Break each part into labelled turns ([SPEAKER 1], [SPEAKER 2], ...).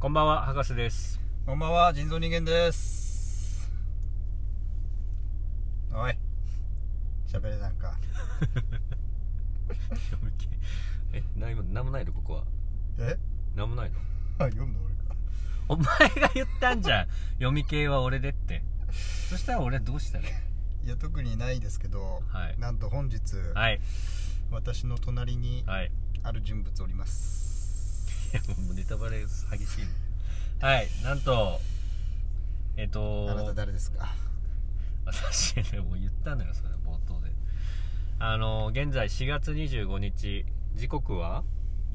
[SPEAKER 1] こんばんは博士です
[SPEAKER 2] こんばんは、人造人間です。おい。喋れなんか。
[SPEAKER 1] えな今何もないのここは
[SPEAKER 2] え
[SPEAKER 1] 何もないの
[SPEAKER 2] あ、読んだ俺か。
[SPEAKER 1] お前が言ったんじゃん読み系は俺でってそしたら俺はどうしたらいい
[SPEAKER 2] いや、特にないですけど、
[SPEAKER 1] はい
[SPEAKER 2] なんと本日、
[SPEAKER 1] はい
[SPEAKER 2] 私の隣に
[SPEAKER 1] はい
[SPEAKER 2] ある人物おります。
[SPEAKER 1] いやもうネタバレ激しいねはいなんとえっと
[SPEAKER 2] あなた誰ですか
[SPEAKER 1] 私ねもう言ったのよそれ冒頭であの現在4月25日時刻は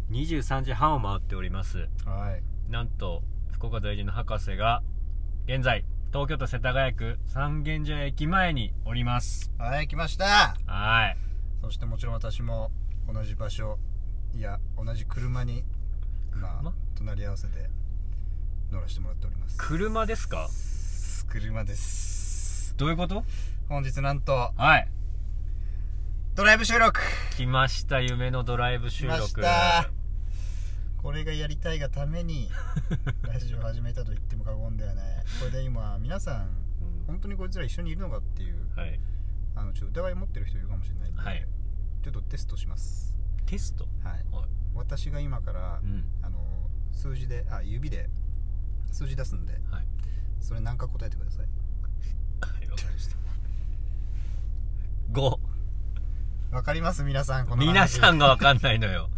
[SPEAKER 1] 23時半を回っております
[SPEAKER 2] はい。
[SPEAKER 1] なんと福岡在住の博士が現在東京都世田谷区三軒茶屋駅前におります
[SPEAKER 2] はい、来ました
[SPEAKER 1] はい
[SPEAKER 2] そしてもちろん私も同じ場所、いや、同じ車に、今
[SPEAKER 1] 車、
[SPEAKER 2] 隣り合わせで乗らせてもらっております。
[SPEAKER 1] 車ですか
[SPEAKER 2] 車です。
[SPEAKER 1] どういうこと
[SPEAKER 2] 本日なんと、
[SPEAKER 1] はい
[SPEAKER 2] ドライブ収録
[SPEAKER 1] 来ました夢のドライブ収
[SPEAKER 2] 来まし
[SPEAKER 1] 録
[SPEAKER 2] たこれがやりたいがため にラジオ始めたと言っても過言ではないこれで今皆さん
[SPEAKER 1] うん
[SPEAKER 2] 本当にこいつら一緒にいるのかっていう
[SPEAKER 1] はい
[SPEAKER 2] あのちょっと疑い持ってる人いるかもしれないんで、
[SPEAKER 1] はい
[SPEAKER 2] ちょっとテストします
[SPEAKER 1] テスト
[SPEAKER 2] はい
[SPEAKER 1] はい
[SPEAKER 2] 私が今から
[SPEAKER 1] うん
[SPEAKER 2] あの数字であ指で数字出すんで
[SPEAKER 1] はい
[SPEAKER 2] それ何か答えてください
[SPEAKER 1] はいわかりました5
[SPEAKER 2] わかります皆さんこの話
[SPEAKER 1] 皆さんがわかんないの よ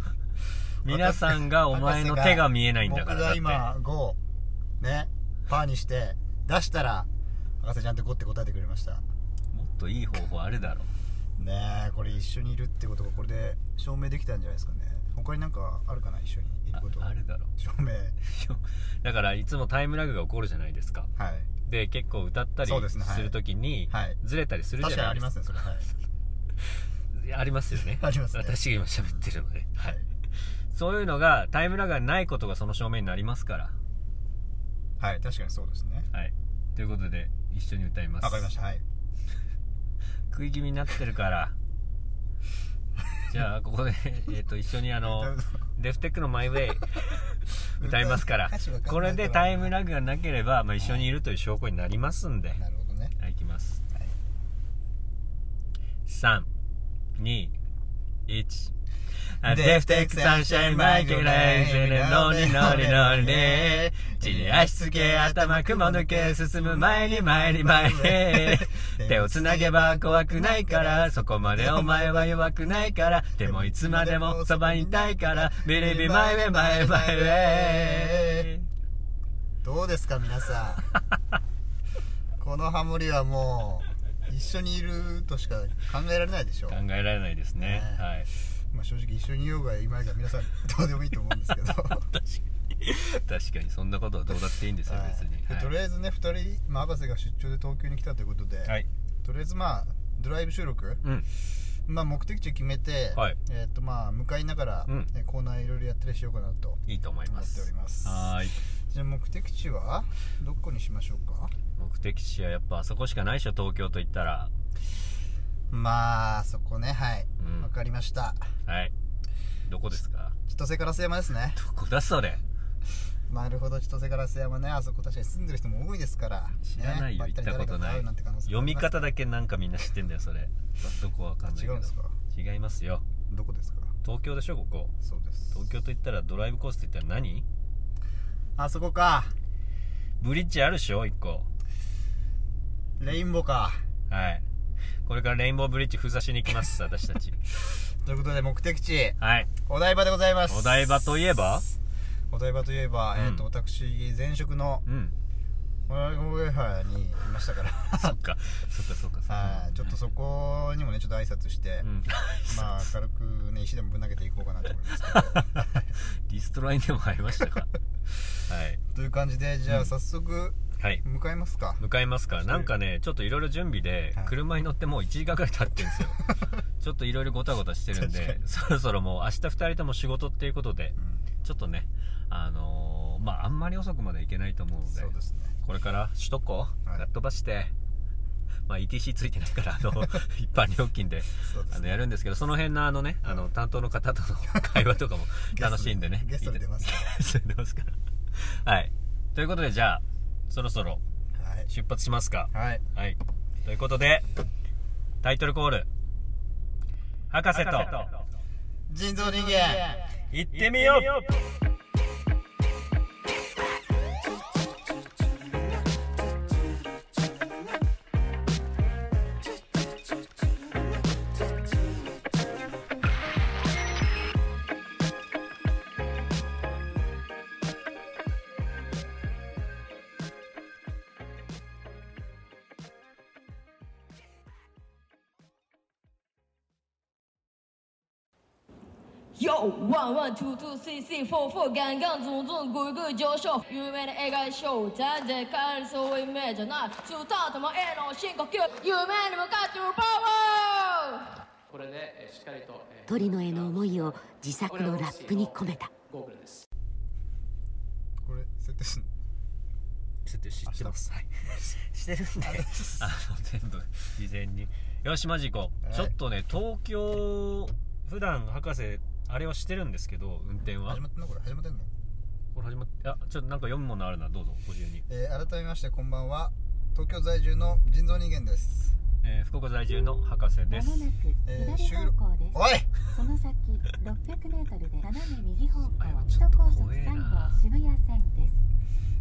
[SPEAKER 1] 皆さんがお前の手が見えないんだから
[SPEAKER 2] 僕が
[SPEAKER 1] だっ
[SPEAKER 2] 今5をねパーにして出したら博士ちゃんって5って答えてくれました
[SPEAKER 1] てもっといい方法あるだろ
[SPEAKER 2] ねえこれ一緒にいるってことがこれで証明できたんじゃないですかね他になんかあるかな一緒にいる
[SPEAKER 1] あ
[SPEAKER 2] こと
[SPEAKER 1] あるだろ
[SPEAKER 2] 証明
[SPEAKER 1] だからいつもタイムラグが起こるじゃないですか
[SPEAKER 2] はい
[SPEAKER 1] で結構歌ったり
[SPEAKER 2] そうですねはい
[SPEAKER 1] するときに、
[SPEAKER 2] はい
[SPEAKER 1] ずれたりするじ
[SPEAKER 2] 確
[SPEAKER 1] ゃ
[SPEAKER 2] かに
[SPEAKER 1] ない
[SPEAKER 2] あり
[SPEAKER 1] ですか
[SPEAKER 2] ますねそれはい、
[SPEAKER 1] いやありますよね
[SPEAKER 2] ありますね
[SPEAKER 1] 私が今喋ってるので、
[SPEAKER 2] は
[SPEAKER 1] はいい、そういうのがタイムラグがないことがその証明になりますから
[SPEAKER 2] はい、確かにそうですね
[SPEAKER 1] はいということで一緒に歌います
[SPEAKER 2] わかりましたたはい
[SPEAKER 1] 食い気味になってるから じゃあここで、えっと一緒にあの
[SPEAKER 2] どうぞ
[SPEAKER 1] デフテックのマイウェイ歌いますから
[SPEAKER 2] 歌詞わかんないから
[SPEAKER 1] これでタイムラグがなければ、まあ、一緒にいるという証拠になりますんで、
[SPEAKER 2] なるほどね
[SPEAKER 1] はい、いきます。
[SPEAKER 2] はい
[SPEAKER 1] 三、二、一。デ
[SPEAKER 2] They've
[SPEAKER 1] フテッ
[SPEAKER 2] taken
[SPEAKER 1] クサンシャインマイケライズでノリノリノリ地に足つけ頭雲抜け進む前に前に前に手をつなげば怖くないからそこまでお前は弱くないからでもいつまでもそばにいたいからビリビリ前へ前へ前へ
[SPEAKER 2] どうですか皆さ んこのハモリはもう一緒にいるとしか考えられないでしょう
[SPEAKER 1] 考えられないですね
[SPEAKER 2] ね
[SPEAKER 1] はい
[SPEAKER 2] まあ、正直一緒にいようがいまいが皆さんどうでもいいと思うんですけど
[SPEAKER 1] 確かにそんなことはどうだっていいんですよ
[SPEAKER 2] はい
[SPEAKER 1] 別に
[SPEAKER 2] でとりあえずね2人、まあ、博士が出張で東京に来たということで、
[SPEAKER 1] はい
[SPEAKER 2] とりあえずまあドライブ収録、
[SPEAKER 1] うん
[SPEAKER 2] まあ、目的地決めて、
[SPEAKER 1] はい
[SPEAKER 2] えーとまあ、向かいながら、
[SPEAKER 1] うん
[SPEAKER 2] えーコーナーいろいろやったりしようかなと思
[SPEAKER 1] いいと思いま
[SPEAKER 2] ってお
[SPEAKER 1] す
[SPEAKER 2] ります
[SPEAKER 1] はーい
[SPEAKER 2] じゃあ目的地はどこにしましょうか
[SPEAKER 1] 目的地はやっぱあそこしかないでしょ東京といったら
[SPEAKER 2] まあそこねはい
[SPEAKER 1] うん
[SPEAKER 2] わかりました
[SPEAKER 1] はいどこですか
[SPEAKER 2] 千歳烏山ですね
[SPEAKER 1] どこだそれ
[SPEAKER 2] なるほど千歳烏山ねあそこ確かに住んでる人も多いですから
[SPEAKER 1] 知らないよ
[SPEAKER 2] ねばり
[SPEAKER 1] 行ったことない
[SPEAKER 2] 誰かと会うなんて可能性も
[SPEAKER 1] 読
[SPEAKER 2] あり
[SPEAKER 1] み
[SPEAKER 2] ます
[SPEAKER 1] 方だけなんかみんな知ってんだよそれどこわかんないけ
[SPEAKER 2] 違
[SPEAKER 1] ど
[SPEAKER 2] うんですか
[SPEAKER 1] 違いますよ
[SPEAKER 2] どこですか
[SPEAKER 1] 東京でしょここ
[SPEAKER 2] そうです
[SPEAKER 1] 東京といったらドライブコースといったら何
[SPEAKER 2] あそこか
[SPEAKER 1] ブリッジあるでしょ1個
[SPEAKER 2] レインボーか
[SPEAKER 1] はいこれからレインボーブリッジ封鎖しに行きます私たち
[SPEAKER 2] ということで目的地
[SPEAKER 1] はい
[SPEAKER 2] お台場でございます
[SPEAKER 1] お台場といえば
[SPEAKER 2] お台場といえば、
[SPEAKER 1] うん
[SPEAKER 2] えっ、と私前職の
[SPEAKER 1] うん
[SPEAKER 2] お台場ウェハーにいましたから
[SPEAKER 1] そっかそっかそっかそっか
[SPEAKER 2] はいちょっとそこにもねちょっと挨拶して、
[SPEAKER 1] うん
[SPEAKER 2] まあ軽くね石でもぶん投げていこうかなと思いますけ
[SPEAKER 1] リストラインでも会いま したかはい
[SPEAKER 2] どという感じでじゃあ早速
[SPEAKER 1] はい
[SPEAKER 2] 向かいますか、
[SPEAKER 1] 向かいますからなんかねちょっといろいろ準備で
[SPEAKER 2] はい
[SPEAKER 1] 車に乗ってもう1時間ぐらい経ってるんです よちょっといろいろごたごたしてるん
[SPEAKER 2] 確
[SPEAKER 1] で
[SPEAKER 2] か
[SPEAKER 1] そろそろもう明日2人とも仕事っていうことで
[SPEAKER 2] うん
[SPEAKER 1] ちょっとねあのーまああんまり遅くまで行けないと思うので
[SPEAKER 2] そうですね
[SPEAKER 1] これから首都高
[SPEAKER 2] い
[SPEAKER 1] かっ飛ばして、まあ ETC ついてないからあ の一般料金で
[SPEAKER 2] そうで
[SPEAKER 1] あ
[SPEAKER 2] す
[SPEAKER 1] の
[SPEAKER 2] ね
[SPEAKER 1] やるんですけどその辺のあのねあの担当の方との会話とかも楽しいんでね
[SPEAKER 2] ゲストでゲストで出ま す
[SPEAKER 1] それ出ますからはい。ということで、じゃあ、そろそろ
[SPEAKER 2] はい
[SPEAKER 1] 出発しますか。
[SPEAKER 2] はい
[SPEAKER 1] はい。ということで、タイトルコール。博士と、
[SPEAKER 2] 人造人間
[SPEAKER 1] 行ってみよう
[SPEAKER 3] よワンワン、ツーツー、スリースリー、フォーフォー、ガンガン、ズンズン、ぐいぐい上昇。有名な映画賞、全然帰りそういうイメージじゃない。スタートもええの深呼吸、夢に向かってのパワー
[SPEAKER 4] これでえーしっかりと、え
[SPEAKER 5] 鳥野への思いを自
[SPEAKER 4] ー
[SPEAKER 5] 作のラップに込めた
[SPEAKER 4] ゴーグルです
[SPEAKER 2] これ設定すんの
[SPEAKER 1] ちょっと知ってます。 はい。してるんで。 あの、全部、事前に。よし、マジ行こう。
[SPEAKER 2] はい
[SPEAKER 1] ちょっとね、東京、普段博士、あれをしてるんですけど、運転は
[SPEAKER 2] 始。まってんのこれ始まってんの
[SPEAKER 1] これ始まって、あ、ちょっとなんか読むものあるな、どうぞ、ご自由に。
[SPEAKER 2] えー改めましてこんばんは東京在住の人造人間です
[SPEAKER 1] えー福岡在住の博士です。
[SPEAKER 2] え
[SPEAKER 6] え
[SPEAKER 2] ー
[SPEAKER 6] ー、
[SPEAKER 2] 収
[SPEAKER 6] 収
[SPEAKER 2] 録
[SPEAKER 6] 録です。
[SPEAKER 2] おい
[SPEAKER 6] その先600メートルで斜め右方向
[SPEAKER 1] あやばいち
[SPEAKER 6] 首
[SPEAKER 1] ょっと
[SPEAKER 6] 都高
[SPEAKER 1] 怖
[SPEAKER 6] 速
[SPEAKER 1] え
[SPEAKER 6] 3
[SPEAKER 1] な
[SPEAKER 6] 号渋谷線です。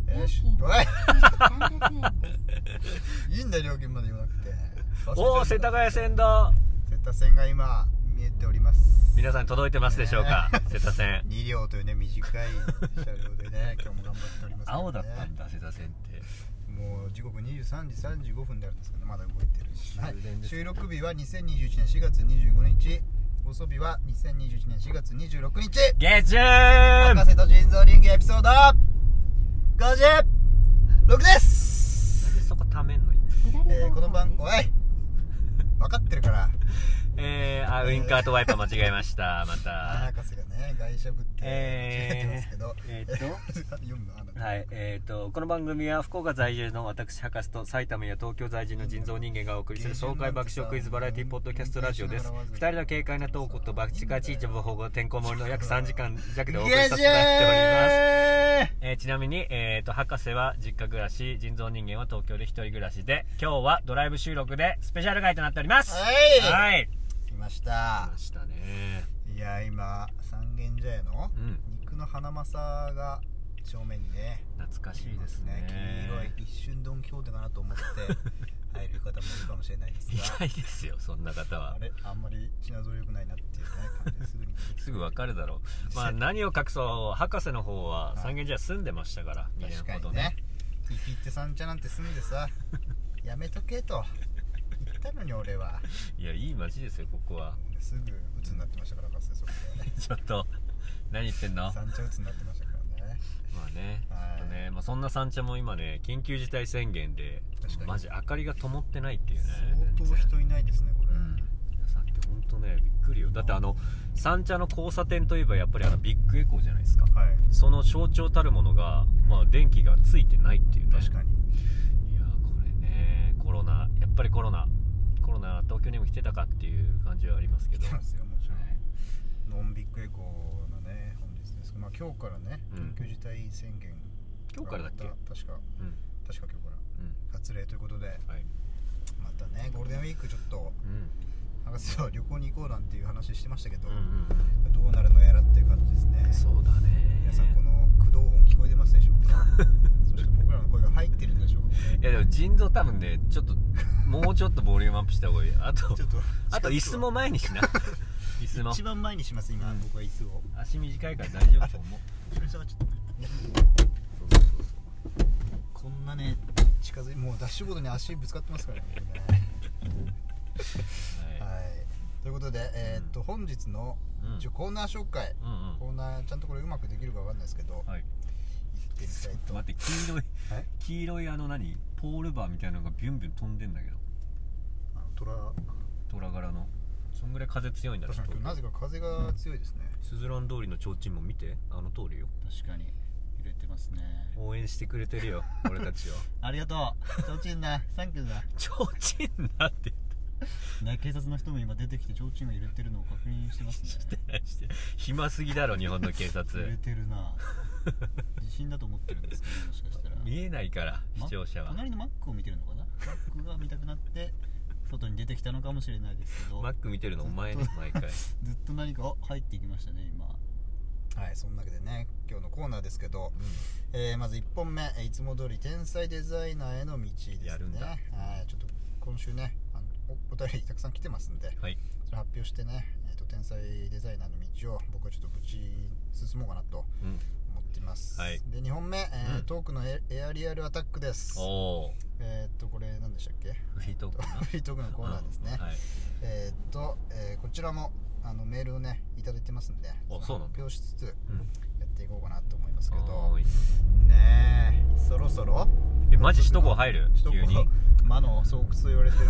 [SPEAKER 2] えーし
[SPEAKER 6] 料
[SPEAKER 2] お
[SPEAKER 6] 金はい300円です。
[SPEAKER 2] いいんだよ料金まで言わなくて
[SPEAKER 1] おー、世田谷線だ
[SPEAKER 2] 瀬田線が今見えております
[SPEAKER 1] 皆さん届いてますでしょうか、瀬田線。
[SPEAKER 2] 2両というね短い車両 でね今日も頑張っておりますけどね、
[SPEAKER 1] 青だったんだ、瀬田線って。
[SPEAKER 2] もう時刻23時35分であるんですけどまだ動いてるし、はい
[SPEAKER 1] 終電です
[SPEAKER 2] 収録日は2021年4月25日放送日は2021年4月26日
[SPEAKER 1] 月中
[SPEAKER 2] 博士と人造人間エピソード56です、
[SPEAKER 1] でそこためんの
[SPEAKER 6] 左
[SPEAKER 2] えー、この
[SPEAKER 6] 方向
[SPEAKER 2] 番
[SPEAKER 6] です
[SPEAKER 2] お。い分かってるから
[SPEAKER 1] えー、あ、ウインカーとワイパー間違えました。また。
[SPEAKER 2] 博士がね外車ぶって
[SPEAKER 1] えー
[SPEAKER 2] 間違えてますけど、
[SPEAKER 1] えーっと
[SPEAKER 2] 読むのあなた
[SPEAKER 1] はい、えー、とこの番組は福岡在住の私博士と埼玉や東京在住の人造人間がお送りする爽快爆笑クイズバラエティポッドキャストラジオです2人の軽快なトークとバチカチジャブ保護てんこ盛りの約3時間弱でお送りさせてもらっておりますえーちなみに、えー、と博士は実家暮らし人造人間は東京で一人暮らしで今日はドライブ収録でスペシャル回となっております
[SPEAKER 2] はい
[SPEAKER 1] はい
[SPEAKER 2] 来ました
[SPEAKER 1] ましたね
[SPEAKER 2] いや今三軒茶屋の
[SPEAKER 1] うん
[SPEAKER 2] 肉のハナマサが正面にね
[SPEAKER 1] 懐かしいです
[SPEAKER 2] い
[SPEAKER 1] ね
[SPEAKER 2] ます黄色い一瞬ドン・キホーテかなと思って入る方もいるかもしれないで す
[SPEAKER 1] い
[SPEAKER 2] が
[SPEAKER 1] ないですよそんな方は
[SPEAKER 2] あれあんまり品揃え良くないなっていうね感じですぐに
[SPEAKER 1] すぐわ かるだろう。まあ何を隠そう、博士の方は三軒茶屋住んでましたから、2年
[SPEAKER 2] 確か
[SPEAKER 1] ほど
[SPEAKER 2] に
[SPEAKER 1] ね
[SPEAKER 2] ね。生きって三茶なんて住んでさ やめとけと言ったのに俺はい
[SPEAKER 1] や、いい街ですよ、ここは。
[SPEAKER 2] すぐ鬱になってましたからかつてそれで
[SPEAKER 1] ちょっと、何言ってんのま
[SPEAKER 2] 三茶鬱になってましたからね
[SPEAKER 1] あね、
[SPEAKER 2] はい
[SPEAKER 1] ちょっとね、まあそんな三茶も今ね、緊急事態宣言で
[SPEAKER 2] 確か、に
[SPEAKER 1] マジ明かりが灯ってないっていうね。
[SPEAKER 2] 相当人いないですねこれ、
[SPEAKER 1] うんいやさっき本当ね、びっくりよ。だってあの、三茶の交差点といえばやっぱりあのビッグエコーじゃないですか。
[SPEAKER 2] はい
[SPEAKER 1] その象徴たるものが、まあ電気がついてないっていうね。
[SPEAKER 2] 確かに
[SPEAKER 1] いやーこれねコロナやっぱりコロナコロナ東京にも来てたかっていう感じはありますけど
[SPEAKER 2] 来てますよもちろんノンビッグエコーのね本日ですけど、まあ、今日からね
[SPEAKER 1] うん
[SPEAKER 2] 緊急事態宣言
[SPEAKER 1] 今日からだっけ
[SPEAKER 2] また確か
[SPEAKER 1] うん
[SPEAKER 2] 確か今日から
[SPEAKER 1] うん
[SPEAKER 2] 発令ということで
[SPEAKER 1] はい
[SPEAKER 2] またねゴールデンウィークちょっと
[SPEAKER 1] うん
[SPEAKER 2] 博士は旅行に行こうなんていう話してましたけど、
[SPEAKER 1] うんうん
[SPEAKER 2] どうなるのやらっていう感じです
[SPEAKER 1] う
[SPEAKER 2] ね
[SPEAKER 1] んそうだね
[SPEAKER 2] 皆さんこの駆動音聞こえてますでしょ うかそして僕らの声が入ってるんでしょうか
[SPEAKER 1] いやでも腎臓多分ねちょっと もうちょっとボリュームアップした方がいいあと
[SPEAKER 2] ちょっと
[SPEAKER 1] あと椅子も前に しな椅子も
[SPEAKER 2] 一番前にします今、
[SPEAKER 1] うん
[SPEAKER 2] 僕は椅子を
[SPEAKER 1] 足短いから大丈夫と思う
[SPEAKER 2] 後ろに下がっちゃった
[SPEAKER 1] そうそうそうそう
[SPEAKER 2] こんなね近づいもうダッシュボードに足ぶつかってますからね 僕ね
[SPEAKER 1] はい
[SPEAKER 2] はい、ということで、えーっと本日の、
[SPEAKER 1] うん
[SPEAKER 2] 一応コーナー紹介、
[SPEAKER 1] うんうん
[SPEAKER 2] コーナーちゃんとこれうまくできるかわかんないですけど、
[SPEAKER 1] はい
[SPEAKER 2] 行ってみたいと
[SPEAKER 1] 待って黄色い
[SPEAKER 2] え
[SPEAKER 1] 黄色いあの何ポールバーみたいなのがビュンビュン飛んでんだけど
[SPEAKER 2] あの虎
[SPEAKER 1] 虎柄のそんぐらい風強いんだね
[SPEAKER 2] 確かに今日なぜか風が強いですね
[SPEAKER 1] すずらん通りの提灯も見てあの通りよ
[SPEAKER 2] 確かに揺れてますね
[SPEAKER 1] 応援してくれてるよ俺た ちを
[SPEAKER 2] ありがとう提灯 だサンキューだ
[SPEAKER 1] 提灯なって
[SPEAKER 2] ね警察の人も今出てきて提灯が揺 れてるのを確認してますね
[SPEAKER 1] 言ってないして暇すぎだろ日本の警察
[SPEAKER 2] てるな地震だと思ってるんですけどもしかしたら
[SPEAKER 1] 見えないから視聴者は
[SPEAKER 2] ま隣のマックを見てるのかなマックが見たくなって外に出てきたのかもしれないですけど
[SPEAKER 1] マック見てるのお前ね
[SPEAKER 2] ずっと
[SPEAKER 1] 毎回
[SPEAKER 2] ずっと何かあ入っていきましたね今はいそんなわけでね今日のコーナーですけど、えーまず1本目えーいつも通り天才デザイナーへの道ですね
[SPEAKER 1] やるんだ
[SPEAKER 2] はいちょっと今週ねあのおお便りたくさん来てますんで
[SPEAKER 1] はい
[SPEAKER 2] それ発表してね、えー、と天才デザイナーの道を僕はちょっとぶち進もうかなと
[SPEAKER 1] うん
[SPEAKER 2] 思っています、
[SPEAKER 1] はい
[SPEAKER 2] で2本目、えー
[SPEAKER 1] うん
[SPEAKER 2] トークのエエアリアルアタックです
[SPEAKER 1] おお
[SPEAKER 2] えーっとこれ何でしたっ け
[SPEAKER 1] フリートークかな
[SPEAKER 2] フリートークのコーナーですね、
[SPEAKER 1] うんはい
[SPEAKER 2] えーっと、えーこちらもあのメールをねいただいてますんで
[SPEAKER 1] お
[SPEAKER 2] そ
[SPEAKER 1] そう
[SPEAKER 2] の
[SPEAKER 1] なんだ
[SPEAKER 2] 発表しつつや
[SPEAKER 1] うん
[SPEAKER 2] っていこうかなと思いますけど
[SPEAKER 1] おーい
[SPEAKER 2] ねえそろそろ
[SPEAKER 1] えマジ首都高入る
[SPEAKER 2] 首
[SPEAKER 1] 急
[SPEAKER 2] 都
[SPEAKER 1] に
[SPEAKER 2] 高魔の巣窟と言われてる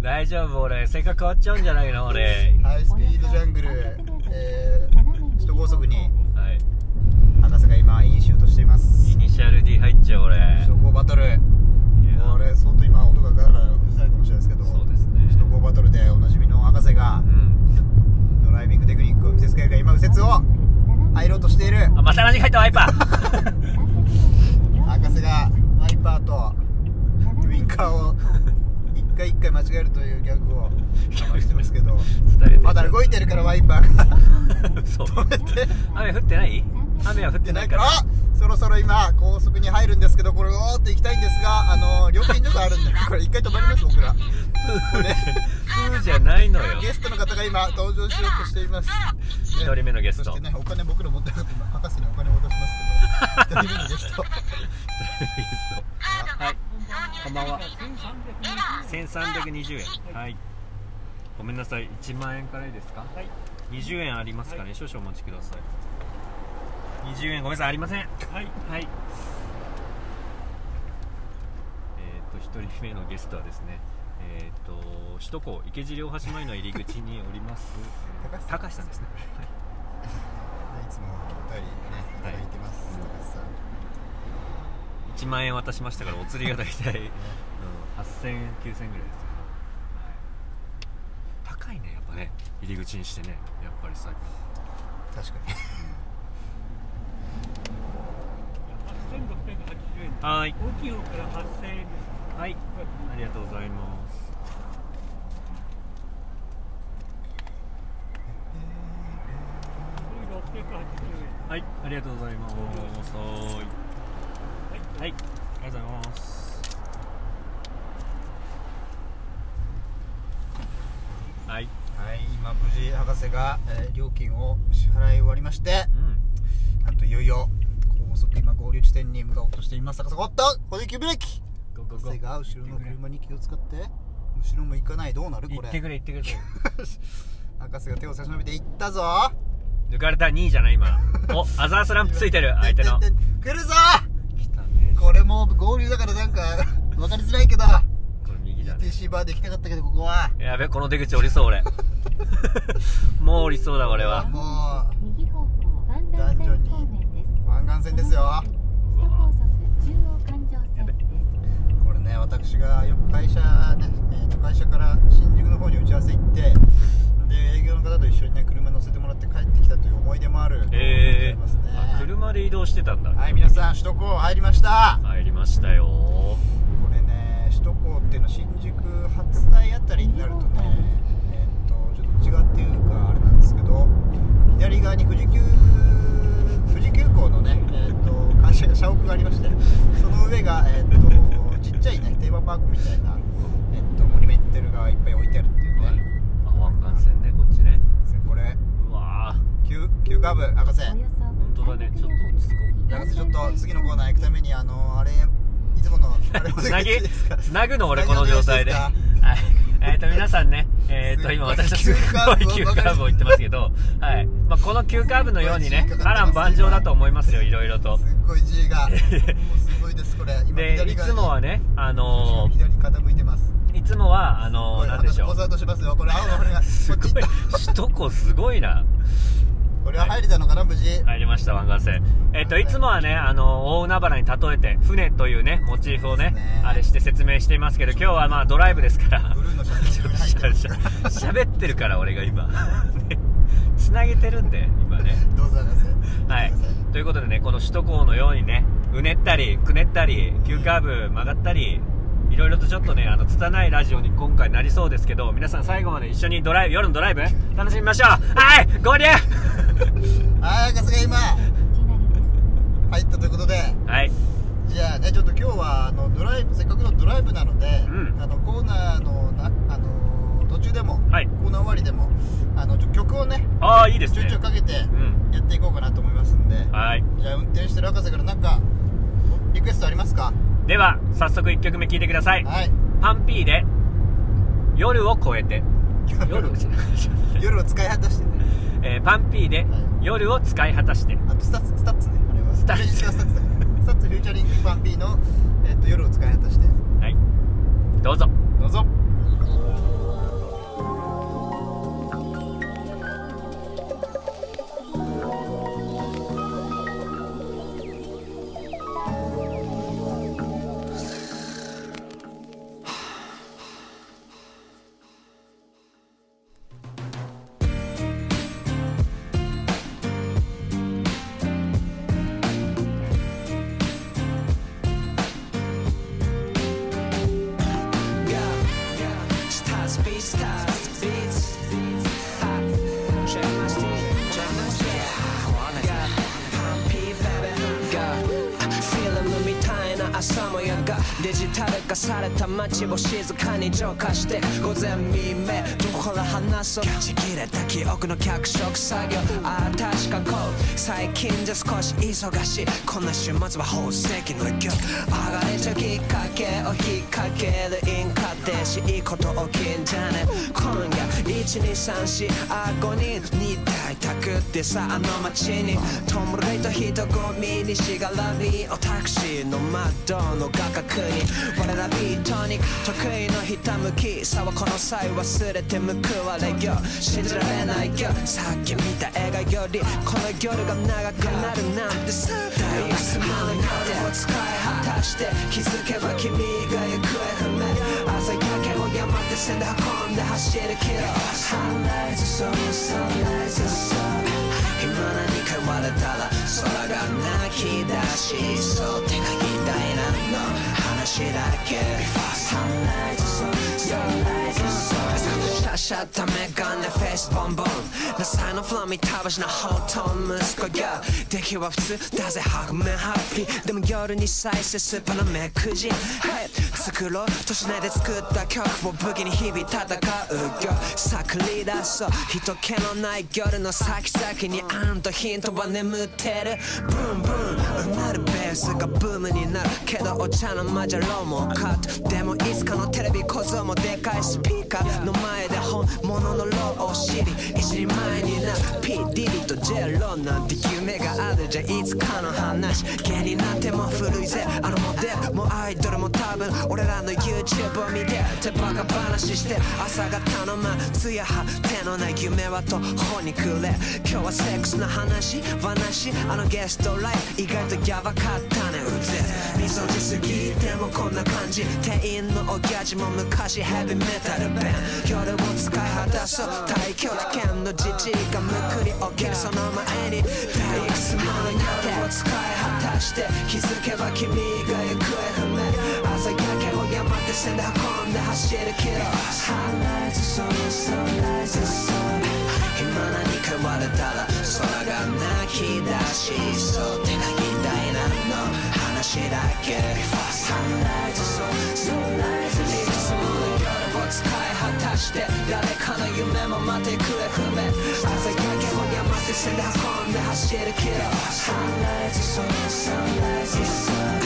[SPEAKER 1] 大丈夫俺性格変わっちゃうんじゃないの俺
[SPEAKER 2] ハイスピードジャングル、えー首都高速に
[SPEAKER 1] はい
[SPEAKER 2] 博士が今インシュートしていま
[SPEAKER 1] イ
[SPEAKER 2] す
[SPEAKER 1] ニシャル D 入っちゃう俺
[SPEAKER 2] 首都高バトル
[SPEAKER 1] いや
[SPEAKER 2] これ相当今音がガラガラうるさいかもしれないですけど
[SPEAKER 1] そうですね
[SPEAKER 2] 首都高バトルでおなじみの博士が
[SPEAKER 1] うん
[SPEAKER 2] ドライビングテクニックを見せつけるが今右折を入ろうとしている
[SPEAKER 1] あまた何か入ったワイパー
[SPEAKER 2] 博士がワイパーとウインカーを一回一回間違えるというギャグを かましてますけど
[SPEAKER 1] 伝えて
[SPEAKER 2] まだ動いてるからワイパーが
[SPEAKER 1] そう
[SPEAKER 2] 止めて
[SPEAKER 1] 雨降ってない雨は降ってないから
[SPEAKER 2] あそろそろ今高速に入るんですけどこれおーって行きたいんですがあのー料金所がある んでこれ一回止まります僕ら
[SPEAKER 1] プープーじゃないのよ
[SPEAKER 2] ゲストの方が今登場しようとしています
[SPEAKER 1] 一人目のゲスト
[SPEAKER 2] そし てねお金僕ら持ってなくて今博士にお金を渡します けど一人目のゲスト
[SPEAKER 1] はいこんばんは1320円はいごめんなさい1万円からいいですかはい20円ありますかね、少々お待ちください20円ごめんなさいありませんはいはいえーっと1人目のゲストはですねえーっと首都高池尻大橋前の入り口におりますえー高橋さんですね、はい
[SPEAKER 2] いつもお便りねいただいてます、高橋さん
[SPEAKER 1] 1万円渡しましたからお釣りが大 体、うん、8000円9000円ぐらいですよ、はい高いねやっぱね入り口にしてねやっぱりさ
[SPEAKER 2] 確かに
[SPEAKER 7] 8680円
[SPEAKER 1] はい
[SPEAKER 7] 大きい方から8000円です
[SPEAKER 1] はいありがとうございます
[SPEAKER 7] これ680円
[SPEAKER 1] はいありがとうございますはーいはいありがとうございますはい
[SPEAKER 2] はい、今無事博士が、えー料金を支払い終わりまして
[SPEAKER 1] うん
[SPEAKER 2] なんといよいよ高速今合流地点に向かおうとしています博士おっとここで急ブレーキ
[SPEAKER 1] ゴーゴーゴ
[SPEAKER 2] 博士
[SPEAKER 1] ー
[SPEAKER 2] が後ろの車に気を使って後ろも行かないどうなるこ
[SPEAKER 1] 行って
[SPEAKER 2] れ
[SPEAKER 1] くれ行ってくれ
[SPEAKER 2] 博士が手を差し伸べて行ったぞ
[SPEAKER 1] 抜かれた2位じゃない今 おアザースランプついてる相手の
[SPEAKER 2] てんてんてん来るぞ
[SPEAKER 1] 来たね
[SPEAKER 2] これもう合流だからなんか分かりづらいけど
[SPEAKER 1] これ右だね
[SPEAKER 2] ETC バーで行きたかったけどここは
[SPEAKER 1] やべこの出口降りそう 俺もう降りそうだ俺は
[SPEAKER 2] も
[SPEAKER 6] 右方向湾岸線方面です
[SPEAKER 2] う湾岸線ですよ
[SPEAKER 6] 首都高速中央環状線です
[SPEAKER 2] これね私がよく会社ね、えーと会社から新宿の方に打ち合わせ行ってで営業の方と一緒にね車乗せてもらって帰ってきたという思い出もある
[SPEAKER 1] え
[SPEAKER 2] ございますね、
[SPEAKER 1] ー、あ車で移動してたんだ
[SPEAKER 2] はい皆さん首都高入りました
[SPEAKER 1] 入りましたよ
[SPEAKER 2] これね首都高っていうのは新宿初台あたりになるとねえーっとちょっと違うっていうかあれなんですけど左側に富士急富士急行のね、えーっと会社が社屋がありましてその上が、えーっとちっちゃいねテーマパークみたいな、えーっとモニュメンタルがいっぱい置いてあるっていうね
[SPEAKER 1] あ湾岸線ねこっちね
[SPEAKER 2] これ
[SPEAKER 1] うわー
[SPEAKER 2] 急急カーブ博士
[SPEAKER 6] およそ
[SPEAKER 1] 本当だねちょっと落ち着こ
[SPEAKER 2] 博士ちょっと次のコーナー行くためにあのあれい つものあれお
[SPEAKER 1] うつ
[SPEAKER 2] 願
[SPEAKER 1] ないぎ
[SPEAKER 2] していいですか
[SPEAKER 1] つなぐの俺この状態で
[SPEAKER 2] つな
[SPEAKER 1] は
[SPEAKER 2] ぎお願いしていいですか
[SPEAKER 1] いえっ、と皆さんねえっ、と今私はすっごい急カーブを言ってますけど、はいまあ、この急カーブのようにね波乱万丈だと思いますよいろいろと
[SPEAKER 2] すっごい G がもうすごいですこれ今
[SPEAKER 1] で
[SPEAKER 2] 左
[SPEAKER 1] い
[SPEAKER 2] 側
[SPEAKER 1] つ
[SPEAKER 2] に
[SPEAKER 1] もはねあのー
[SPEAKER 2] 左に傾いてます
[SPEAKER 1] いつもはあの
[SPEAKER 2] こ
[SPEAKER 1] ー、
[SPEAKER 2] れ
[SPEAKER 1] なんでしょ
[SPEAKER 2] 私ボ
[SPEAKER 1] う
[SPEAKER 2] サッとしますよこれ青のこれがこっち
[SPEAKER 1] す
[SPEAKER 2] 行
[SPEAKER 1] ごい
[SPEAKER 2] った
[SPEAKER 1] 首都高すごいな
[SPEAKER 2] これは入れたのかな無事
[SPEAKER 1] 入りました湾岸線えっといつもはねあの大海原に例えて船というねモチーフをね
[SPEAKER 2] ですね
[SPEAKER 1] あれして説明していますけど今日はまあドライブですから
[SPEAKER 2] ブルーの車両に入ってます
[SPEAKER 1] 喋ってるから俺が今ねつなげてるんで今ね
[SPEAKER 2] どうぞ博士
[SPEAKER 1] はいということでねこの首都高のようにねうねったりくねったり急カーブ曲がったりいろいろとちょっとねあの拙いラジオに今回なりそうですけど皆さん最後まで一緒にドライブ夜のドライブ楽しみましょうはい合流
[SPEAKER 2] はい博士が今
[SPEAKER 6] 気になるんです。
[SPEAKER 2] 入ったということで
[SPEAKER 1] はい
[SPEAKER 2] じゃあねちょっと今日はあのドライブせっかくのドライブなので、
[SPEAKER 1] ん
[SPEAKER 2] あのコーナーのなあの途中でも、
[SPEAKER 1] はい
[SPEAKER 2] コーナー終わりでもあのちょ曲をね
[SPEAKER 1] ああいいです
[SPEAKER 2] ちょい
[SPEAKER 1] ね
[SPEAKER 2] ちょいかけて
[SPEAKER 1] うん
[SPEAKER 2] やっていこうかなと思いますんで、
[SPEAKER 1] はい
[SPEAKER 2] じゃあ運転してる博士からなんかリクエストありますか
[SPEAKER 1] では早速1曲目聴いてください
[SPEAKER 2] はい
[SPEAKER 1] パンピーで夜を越えて夜を
[SPEAKER 2] 夜を使い果たしてね
[SPEAKER 1] えーパンピーで夜を使い果たして
[SPEAKER 2] あとスタッツスタッツねあれは
[SPEAKER 1] スタッツ
[SPEAKER 2] フューチャースタッツだスタッツフューチャリングパン B の、えっと夜を使い果たして
[SPEAKER 1] はいどうぞ
[SPEAKER 2] どうぞ
[SPEAKER 8] デジタル化された街を静かに浄化して午前未明どこから話そうちぎれた記憶の脚色作業ああ確かこう最近じゃ少し忙しいこんな週末は宝石の勢い上がれちゃうきっかけを引っ掛けるインカテしいいこと起きんじゃね今夜1234あ5人に大宅ってさあの街にトムレイと人混みにしがらみをタクシーの窓の画角に我らビートに得意のひたむきさはこの際忘れて報われよ信じられないよさっき見た映画よりこの夜が長くなるなんてさ大好きな夜を使い果たして気づけば君が行方不明朝焼けを山手線で運んで走るけど Sunrise so sunrise so 暇なに変われたら空が泣き出しそう手が痛いなの話だけ Sunrise so sunrise so シャシャためがねフェイスボンボンな才のフラミたわしなほとん息子が出来は普通だぜ白面ハッピーでも夜に再生スーパーの目くじはい作ろうとしないで作った曲を武器に日々戦うよさくり出そう人気のない夜の先々にあんとヒントは眠ってるブンブンうなるベースがブームになるけどお茶の間じゃローもカットでもいつかのテレビ小僧もでかいスピーカーの前で本物のローを知り一人前になる PDD と J ローなんて夢があるじゃいつかの話芸人なんてもう古いぜあのモデルもアイドルも多分俺らの YouTube を見て手バカ話して朝方の間つやは手のない夢は途方に暮れ今日はセックスの話話あのゲストライブ意外とヤバかったねうぜみそじすぎてもこんな感じ店員のおやじも昔ヘビメタル弁夜を使い果たそう太極拳のじじいがむくり起きるその前に大いくつもの夜を使い果たして気づけば君が行方不明朝焼けを山手線で運んで走るけど Sunrise so sunrise so 暇なに変われたら空が泣き出しそう手が痛いなの話だけ Sunrise so sunrise so いくつもの夜を使い果たして誰かの夢もまた行方不明朝焼けを山手線で運んで走るけど Sunrise so sunrise so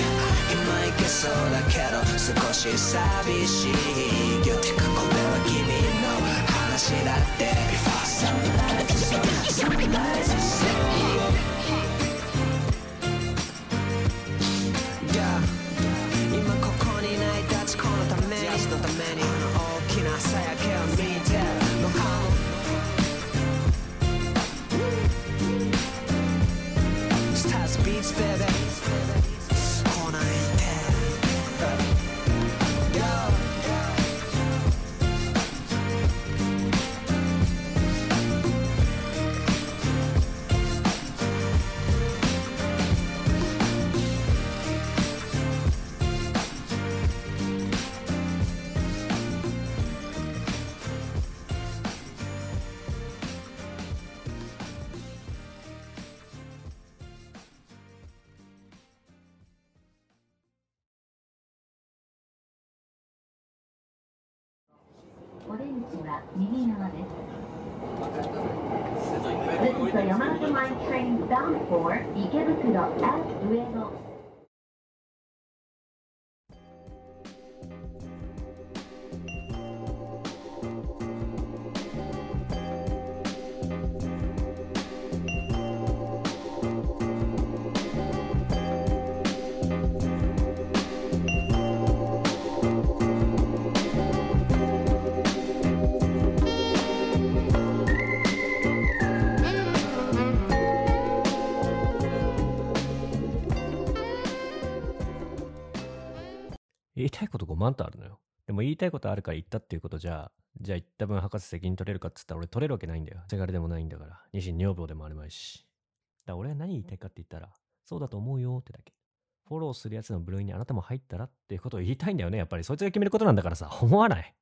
[SPEAKER 8] 今行けそうだけど少し寂しいよてかこれは君の話だって Sunrise so sunrise so Yeah 今ここにないたちこのためにのためにあの大きな朝焼けを見てるのかもスターズビーツベイベー来ないで Yo 「
[SPEAKER 6] から右側です。This is the Yamanote Line train bound for 池袋 at 上野。
[SPEAKER 1] 言いたいこと5万とあるのよ。でも言いたいことあるから言ったっていうことじゃ、じゃあ言った分博士責任取れるかっつったら俺取れるわけないんだよ。せがれでもないんだから。二心女房でもあるまいし。だから俺は何言いたいかって言ったら、そうだと思うよってだけ。フォローするやつの部類にあなたも入ったらっていうことを言いたいんだよね。やっぱりそいつが決めることなんだからさ、思わない。